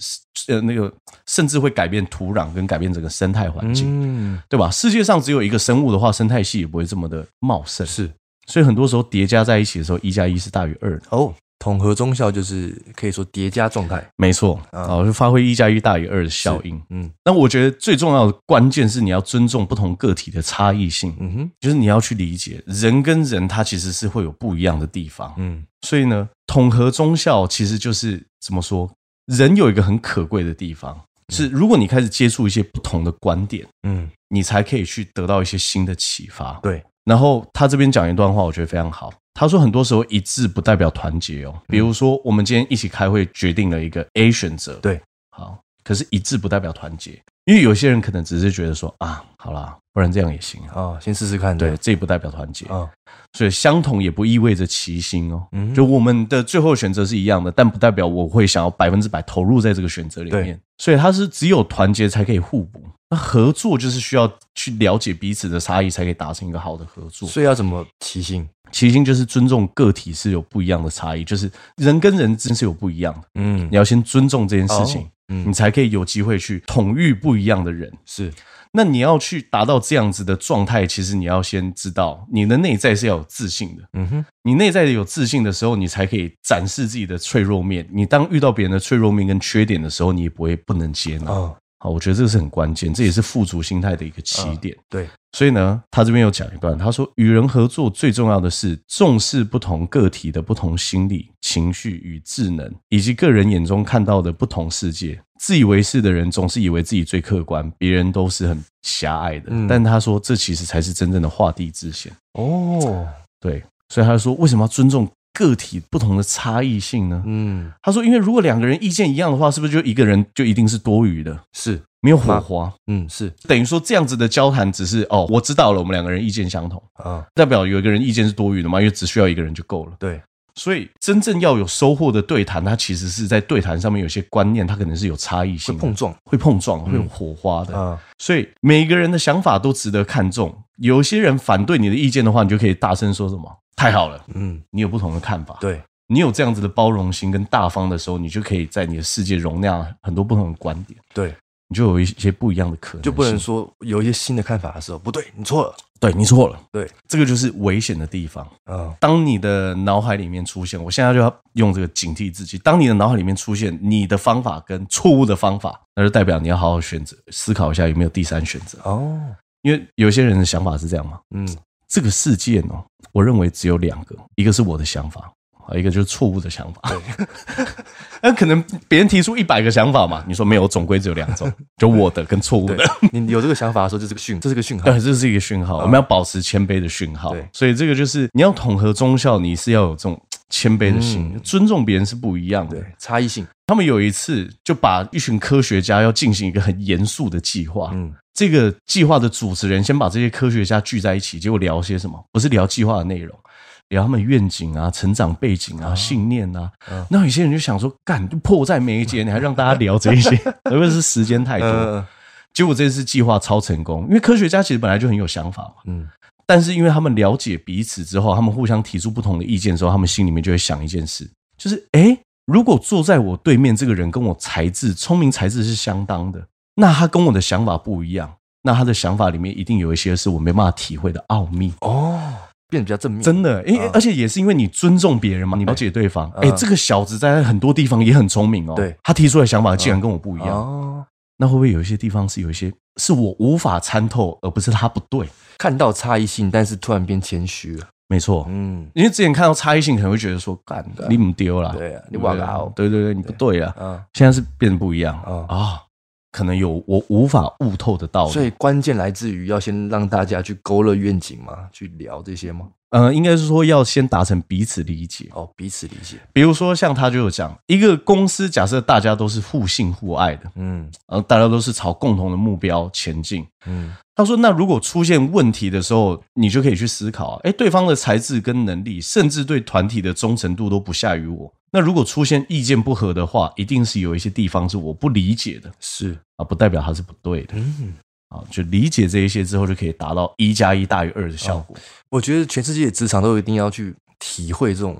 A: 呃，那个甚至会改变土壤跟改变整个生态环境，
C: 嗯，
A: 对吧？世界上只有一个生物的话，生态系也不会这么的茂盛，
C: 是
A: 所以很多时候叠加在一起的时候，一加一是大于二的。
C: 哦，统合中校就是可以说叠加状态，
A: 没错，啊、就发挥一加一大于二的效应。
C: 嗯
A: 那我觉得最重要的关键是你要尊重不同个体的差异性，
C: 嗯哼，
A: 就是你要去理解人跟人他其实是会有不一样的地方。
C: 嗯
A: 所以呢，统合忠孝其实就是怎么说，人有一个很可贵的地方是，如果你开始接触一些不同的观点，
C: 嗯，
A: 你才可以去得到一些新的启发。
C: 对，
A: 然后他这边讲一段话，我觉得非常好。他说，很多时候一致不代表团结哦。比
C: 嗯
A: 如说，我们今天一起开会决定了一个 A 选择，
C: 对，
A: 好，可是一致不代表团结，因为有些人可能只是觉得说啊，好啦，不然这样也行啊。
C: 啊，先试试看，
A: 对，这不代表团结，
C: 啊，
A: 所以相同也不意味着齐心哦。
C: 嗯
A: 就我们的最后选择是一样的，但不代表我会想要百分之百投入在这个选择里面
C: 对。
A: 所以它是只有团结才可以互补，那合作就是需要去了解彼此的差异，才可以达成一个好的合作。
C: 所以要怎么齐心？
A: 其心就是尊重个体是有不一样的差异，就是人跟人之间是有不一样的。
C: 嗯
A: 你要先尊重这件事情，
C: 哦嗯
A: 你才可以有机会去统御不一样的人。
C: 是
A: 那你要去达到这样子的状态，其实你要先知道你的内在是要有自信的。
C: 嗯哼，
A: 你内在有自信的时候，你才可以展示自己的脆弱面。你当遇到别人的脆弱面跟缺点的时候，你也不会不能接纳。
C: 哦，
A: 好，我觉得这个是很关键，这也是富足心态的一个起点。
C: 对，
A: 所以呢，他这边有讲一段，他说与人合作最重要的是重视不同个体的不同心理、情绪与智能，以及个人眼中看到的不同世界。自以为是的人总是以为自己最客观，别人都是很狭隘的。
C: 嗯
A: 但他说，这其实才是真正的画地自限。
C: 哦，
A: 对，所以他说，为什么要尊重个体不同的差异性呢？
C: 嗯，
A: 他说，因为如果两个人意见一样的话，是不是就一个人就一定是多余的，
C: 是，
A: 没有火花？
C: 嗯，是
A: 等于说这样子的交谈只是哦，我知道了，我们两个人意见相同，
C: 啊，
A: 代表有一个人意见是多余的嘛，因为只需要一个人就够了。
C: 对，
A: 所以真正要有收获的对谈，它其实是在对谈上面有些观念，它可能是有差异
C: 会
A: 性的，
C: 碰撞
A: 会碰撞，会有
C: 嗯
A: 火花的。
C: 啊，
A: 所以每个人的想法都值得看重。有些人反对你的意见的话，你就可以大声说什么“太好了
C: 嗯，”，
A: 你有不同的看法。
C: 对，
A: 你有这样子的包容心跟大方的时候，你就可以在你的世界容纳很多不同的观点，
C: 对，
A: 你就有一些不一样的可能性。
C: 就不能说有一些新的看法的时候，不对，你错了，
A: 对你错了，
C: 对，
A: 这个就是危险的地方。
C: 啊，
A: 当你的脑海里面出现，我现在就要用这个警惕自己。当你的脑海里面出现你的方法跟错误的方法，那就代表你要好好选择，思考一下有没有第三选择。
C: 哦，
A: 因为有些人的想法是这样嘛，
C: 嗯，
A: 这个世界呢，我认为只有两个，一个是我的想法， 啊，一个就是错误的想法。那可能别人提出一百个想法嘛，你说没有，我总归只有两种， 就我的跟错误
C: 对呃
A: 的。，
C: 你有这个想法的时候，这是个讯，这是个讯号，
A: 呃对，这是一个讯号，我们要保持谦卑的讯号
C: 对。
A: 所以这个就是你要统合忠孝，你是要有这种谦卑的心，
C: 嗯
A: 尊重别人是不一样的
C: 对。，差异性，
A: 他们有一次就把一群科学家要进行一个很严肃的计划，
C: 嗯，
A: 这个计划的主持人先把这些科学家聚在一起，结果聊些什么？不是聊计划的内容，聊他们愿景啊、成长背景啊、信念啊。
C: 嗯
A: 那有些人就想说，干就迫在眉 睫，你还让大家聊这一些， 特别是时间太多。
C: 嗯
A: 结果这次计划超成功，因为科学家其实本来就很有想法嘛，
C: 嗯，
A: 但是因为他们了解彼此之后，他们互相提出不同的意见的时候，他们心里面就会想一件事，就是诶，如果坐在我对面这个人跟我才智、聪明才智是相当的，那他跟我的想法不一样，那他的想法里面一定有一些是我没办法体会的奥秘。
C: 哦，变得比较正面，
A: 真的，因为
C: 嗯
A: 而且也是因为你尊重别人嘛，你了解对啊方。
C: 嗯
A: 诶，这个小子在很多地方也很聪明哦，
C: 对
A: 他提出的想法竟然跟我不一样，
C: 哦，
A: 那会不会有一些地方是有一些是我无法参透，而不是他不对？
C: 看到差异性，但是突然变谦虚了，
A: 没错，
C: 嗯
A: 因为之前看到差异性，可能会觉得说，干你唔丢啦，
C: 对啊
A: 不
C: 你哇搞
A: 对对对，你不对啊。
C: 啊，
A: 现在是变得不一样
C: 嗯
A: 啊，可能有我无法悟透的道
C: 所
A: 理。
C: 以关键来自于要先让大家去勾勒愿景嘛，去聊这些吗？
A: 嗯，应该是说要先达成彼此理解。
C: 哦，彼此理解，
A: 比如说，像他就有讲，一个公司假设大家都是互信互爱的，
C: 嗯
A: 然后大家都是朝共同的目标前进。
C: 嗯
A: 他说：“那如果出现问题的时候，你就可以去思考、啊，哎，对方的才智跟能力，甚至对团体的忠诚度都不下于我。那如果出现意见不合的话，一定是有一些地方是我不理解的
C: 是，
A: 啊，不代表它是不对的
C: 嗯。
A: 啊。就理解这一些之后，就可以达到一加一大于二的效果。
C: 我觉得全世界的职场都一定要去体会这种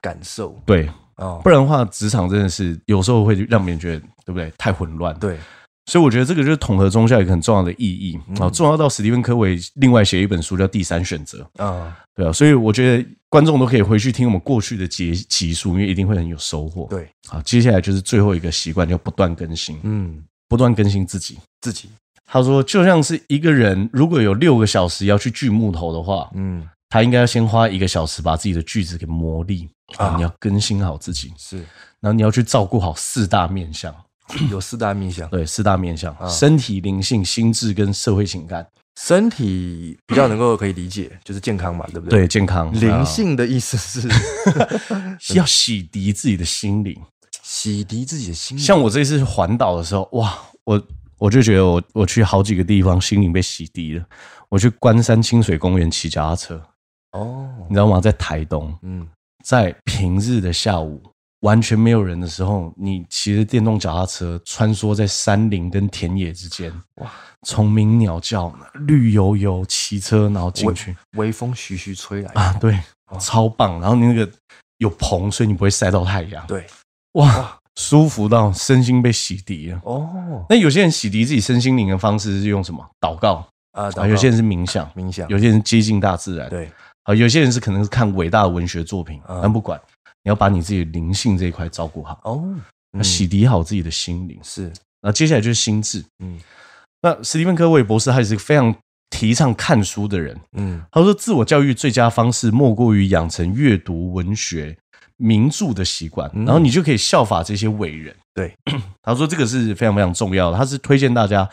C: 感受
A: 对，
C: 哦
A: 不，然的话，职场真的是有时候会让别人觉得，对不对？太混乱。
C: 对，
A: 所以我觉得这个就是统合宗教一个很重要的意义啊，
C: 嗯
A: 重要到史蒂芬科维另外写一本书叫《第三选择》。
C: 啊，
A: 对啊，所以我觉得观众都可以回去听我们过去的集集数，因为一定会很有收获。，
C: 对，
A: 好，接下来就是最后一个习惯，叫不断更新，
C: 嗯，
A: 不断更新自己。
C: 自己，
A: 他说，就像是一个人如果有六个小时要去锯木头的话，
C: 嗯，
A: 他应该要先花一个小时把自己的锯子给磨砺啊，
C: 啊
A: 你要更新好自己，
C: 是
A: 然后你要去照顾好四大面向，
C: 有四大面向，
A: 对，四大面向：
C: 啊
A: 身体、灵性、心智跟社会情感。
C: 身体比较能够可以理解，就是健康嘛，对不对？
A: 对，啊健康、
C: 灵性的意思 是
A: 啊要洗涤自己的心灵。
C: 洗涤自己的心灵，
A: 像我这次环岛的时候，哇，我我就觉得我我去好几个地方，心灵被洗涤了。我去关山清水公园骑脚踏车，
C: 哦
A: 你，知道吗？在台东，
C: 嗯，
A: 在平日的下午，完全没有人的时候，你骑着电动脚踏车穿梭在山林跟田野之间，哇
C: 哇，
A: 虫鸣鸟叫，绿油油，骑车然后进
C: 微
A: 去
C: 微风徐徐吹来，
A: 啊，对
C: 哦，
A: 超棒。然后你那个有棚，所以你不会晒到太阳，
C: 对，
A: 哇，舒服到身心被洗涤了。
C: 哦，
A: 那有些人洗涤自己身心灵的方式是用什么？祷告
C: 啊，
A: 啊，有些人是冥想，
C: 冥想，
A: 有些人是接近大自然，
C: 对，
A: 啊，有些人是可能是看伟大的文学作品，
C: 嗯
A: 但不管，你要把你自己的灵性这一块照顾好，
C: 哦，
A: 洗涤好自己的心灵。
C: 是
A: 那接下来就是心智。
C: 嗯
A: 那史蒂芬·科维博士他也是非常提倡看书的人，
C: 嗯
A: 他说自我教育最佳方式莫过于养成阅读文学名著的习惯，
C: 嗯
A: 然后你就可以效法这些伟人。
C: 对，
A: 他说这个是非常非常重要的，他是推荐大家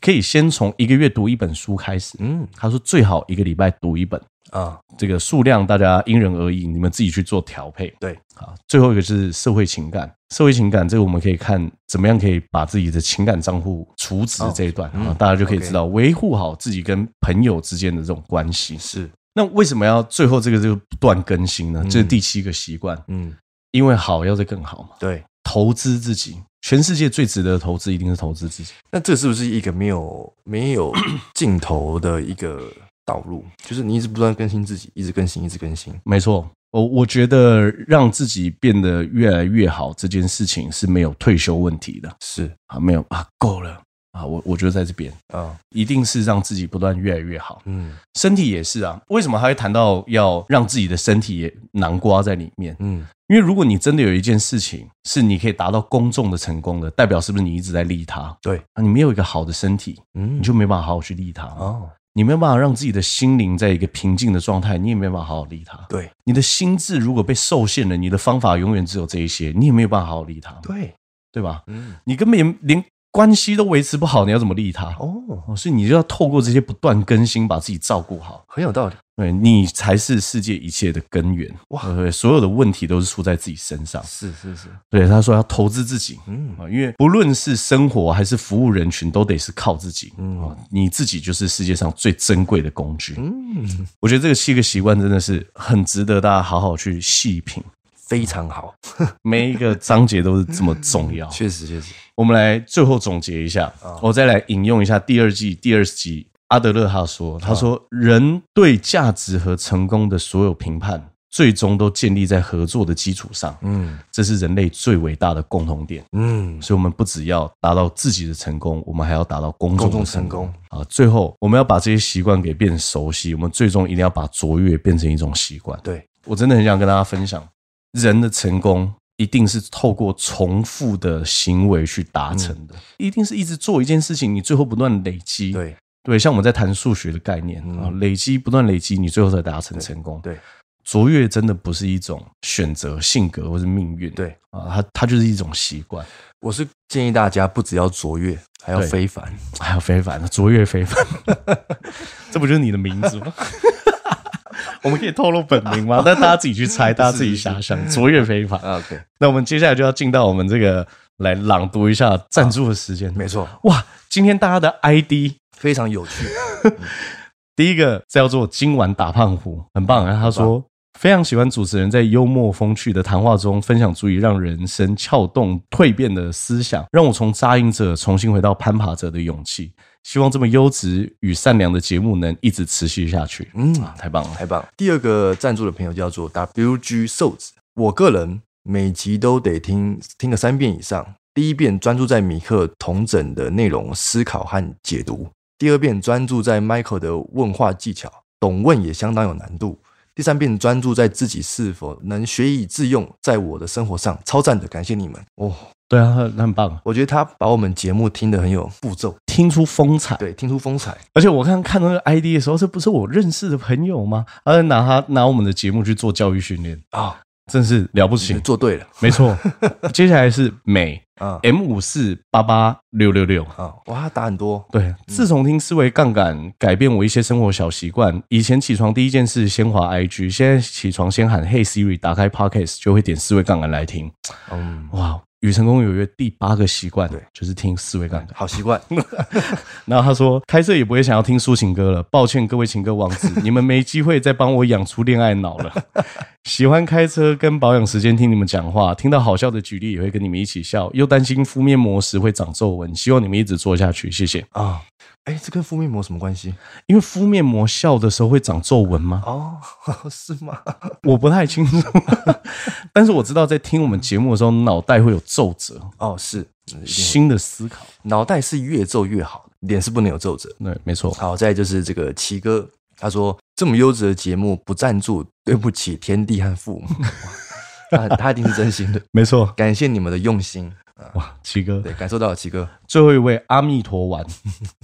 A: 可以先从一个月读一本书开始。
C: 嗯
A: 他说最好一个礼拜读一本，
C: 啊，
A: 这个数量大家因人而异，你们自己去做调配。
C: 对，
A: 好，最后一个是社会情感，社会情感这个我们可以看怎么样可以把自己的情感账户除值
C: 哦
A: 这一段啊、
C: 嗯
A: 大家就可以
C: OK
A: 知道维护好自己跟朋友之间的这种关系。
C: 是
A: 那为什么要最后这个就不断更新呢？
C: 嗯
A: 这是第七个习惯，
C: 嗯
A: 因为好要再更好嘛。
C: 对。
A: 投资自己，全世界最值得的投资一定是投资自己。
C: 那这是不是一个没有没 有尽头的一个道路？就是你一直不断更新自己，一直更新，一直更新。
A: 没错，我我觉得让自己变得越来越好这件事情是没有退休问题的
C: 是
A: 啊，没有啊，够了啊，我我觉得在这边
C: 啊，
A: 一定是让自己不断越来越好。
C: 嗯
A: 身体也是啊，为什么还会谈到要让自己的身体也囊括在里面？
C: 嗯
A: 因为如果你真的有一件事情是你可以达到公众的成功的，代表是不是你一直在利他？
C: 对
A: 啊，你没有一个好的身体，
C: 嗯，
A: 你就没办法好好去利他。
C: 哦，
A: 你没有办法让自己的心灵在一个平静的状态，你也没办法好好利他。
C: 对
A: 你的心智如果被受限了，你的方法永远只有这一些，你也没有办法好好利他，
C: 对，
A: 对吧？
C: 嗯
A: 你根本连关系都维持不好，你要怎么利他？
C: 哦，
A: 哦，所以你就要透过这些不断更新，把自己照顾好。
C: 很有道理。
A: 对你才是世界一切的根源，
C: 哇
A: 哇！对，所有的问题都是出在自己身上。
C: 是是是，
A: 对，他说要投资自己
C: 嗯
A: 啊，因为不论是生活还是服务人群，都得是靠自己。
C: 嗯
A: 嗯，你自己就是世界上最珍贵的工具。
C: 嗯，
A: 我觉得这个七个习惯真的是很值得大家好好去细品，
C: 非常好，
A: 每一个章节都是这么重要。
C: 确实确实，
A: 我们来最后总结一下
C: 嗯啊，
A: 我再来引用一下第二季第二十集阿德勒他说，他
C: 啊
A: 说人对价值和成功的所有评判，最终都建立在合作的基础上，
C: 嗯
A: 这是人类最伟大的共同点。
C: 嗯，
A: 所以，我们不只要达到自己的成功，我们还要达到公
C: 公
A: 众
C: 众
A: 的
C: 成
A: 成功
C: 功，
A: 啊！最后，我们要把这些习惯给变熟悉，我们最终一定要把卓越变成一种习惯。
C: 对，
A: 我真的很想跟大家分享，人的成功一定是透过重复的行为去达成的，一定是一直做一件事情，你最后不断累积。
C: 嗯对
A: 对像我们在谈数学的概念
C: 嗯
A: 啊、累积不断累积，你最后才达成成功。
C: 对
A: 卓越真的不是一种选择、性格或是命运，
C: 对，
A: 啊，它它就是一种习惯，
C: 我是建议大家不只要卓越，还要
A: 对
C: 非凡。
A: 还有非凡，卓越非凡， 这不就是你的名字吗？ 我们可以透露本名 吗？但大家自己去猜，大家自己遐 想，卓越非凡。
C: 啊 OK，
A: 那我们接下来就要进到我们这个来朗读一下赞助的时间。
C: 没错，
A: 哇，今天大家的 ID
C: 非常有趣。
A: 第一个叫做“今晚打胖虎”，嗯很棒。然后他说非常喜欢主持人在幽默风趣的谈话中分享足以让人生撬动蜕变的思想，让我从扎营者重新回到攀爬者的勇气。希望这么优质与善良的节目能一直持续下去。
C: 嗯，
A: 啊，太棒了！
C: 太棒！第二个赞助的朋友叫做 WG 瘦子，我个人每集都得听听个三遍以上。第一遍专注在米克同整的内容思考和解读，第二遍专注在 Michael 的问话技巧，懂问也相当有难度。第三遍专注在自己是否能学以致用，在我的生活上，超赞的，感谢你们哦！
A: 对啊，很很棒，
C: 我觉得他把我们节目听得很有步骤，
A: 听出风采。
C: 对，听出风采，
A: 而且我刚刚看到那个 ID 的时候，这不是我认识的朋友吗？他在拿他拿我们的节目去做教育训练，
C: 啊，
A: 真是了不
C: 你
A: 起。
C: 做对了
A: 没错，接下来是美
C: 啊
A: M 五四八八六六嗯六。
C: 啊！哇，他打很多，
A: 对，自从听思维杠杆改变我一些生活小习惯，以前起床第一件事先滑 IG，现在起床先喊 Hey Siri，打开 Podcast 就会点思维杠杆来听。
C: 嗯，
A: 哇，与成功有约第八个习惯
C: 对
A: 就是听思维杠杆。
C: 好习惯，
A: 然后他说，开车也不会想要听抒情歌了，抱歉各位情歌王 子，你们没机会再帮我养出恋爱脑了。 喜欢开车跟保养时间听你们讲话，听到好笑的举例也会跟你们一起笑，又担心敷面膜时会长皱纹，希望你们一直做下去，谢谢。
C: 啊，哎，这跟敷面膜什么关系？
A: 因为敷面膜笑的时候会长皱纹吗？
C: 哦， 是吗？
A: 我不太清楚， 但是我知道在听我们节目的时候，脑袋会有皱褶，
C: 哦，是，嗯一定会
A: 新的思考。
C: 脑袋是越皱越好的，脸是不能有皱褶。
A: 对，没错，
C: 好，再来就是这个奇哥，他说这么优质的节目不赞助，对不 起天地和父母。哇他他一定是真心的，
A: 没错。
C: 感谢你们的用心。
A: 哇，七哥，
C: 对，感受到了，奇哥，
A: 最后一位阿弥陀 丸，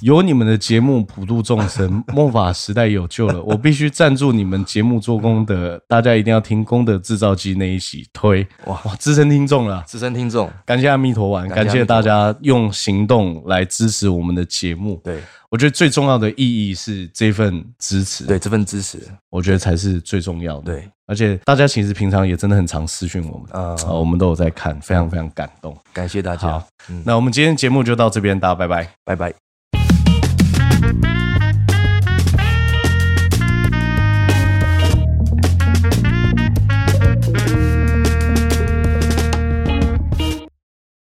A: 有你们的节目普度众生，末法时代有救了。我必须赞助你们节目做功德，大家一定要听功德制造机那一集推哇
C: 哇
A: 哇，资深听众了。啊
C: 资深听众，
A: 感谢阿弥陀丸，感
C: 感谢
A: 谢大家用行动来支持我们的节目。
C: 对
A: 我觉得最重要的意义是这份支持，
C: 对，这份支持，
A: 我觉得才是最重要的。
C: 对，
A: 而且大家其实平常也真的很常私讯我们，啊、
C: 啊
A: 我们都有在看，非常非常感动。
C: 感谢大家
A: 好，
C: 嗯，
A: 那我们今天节目就到这边，大家拜拜。
C: 拜拜。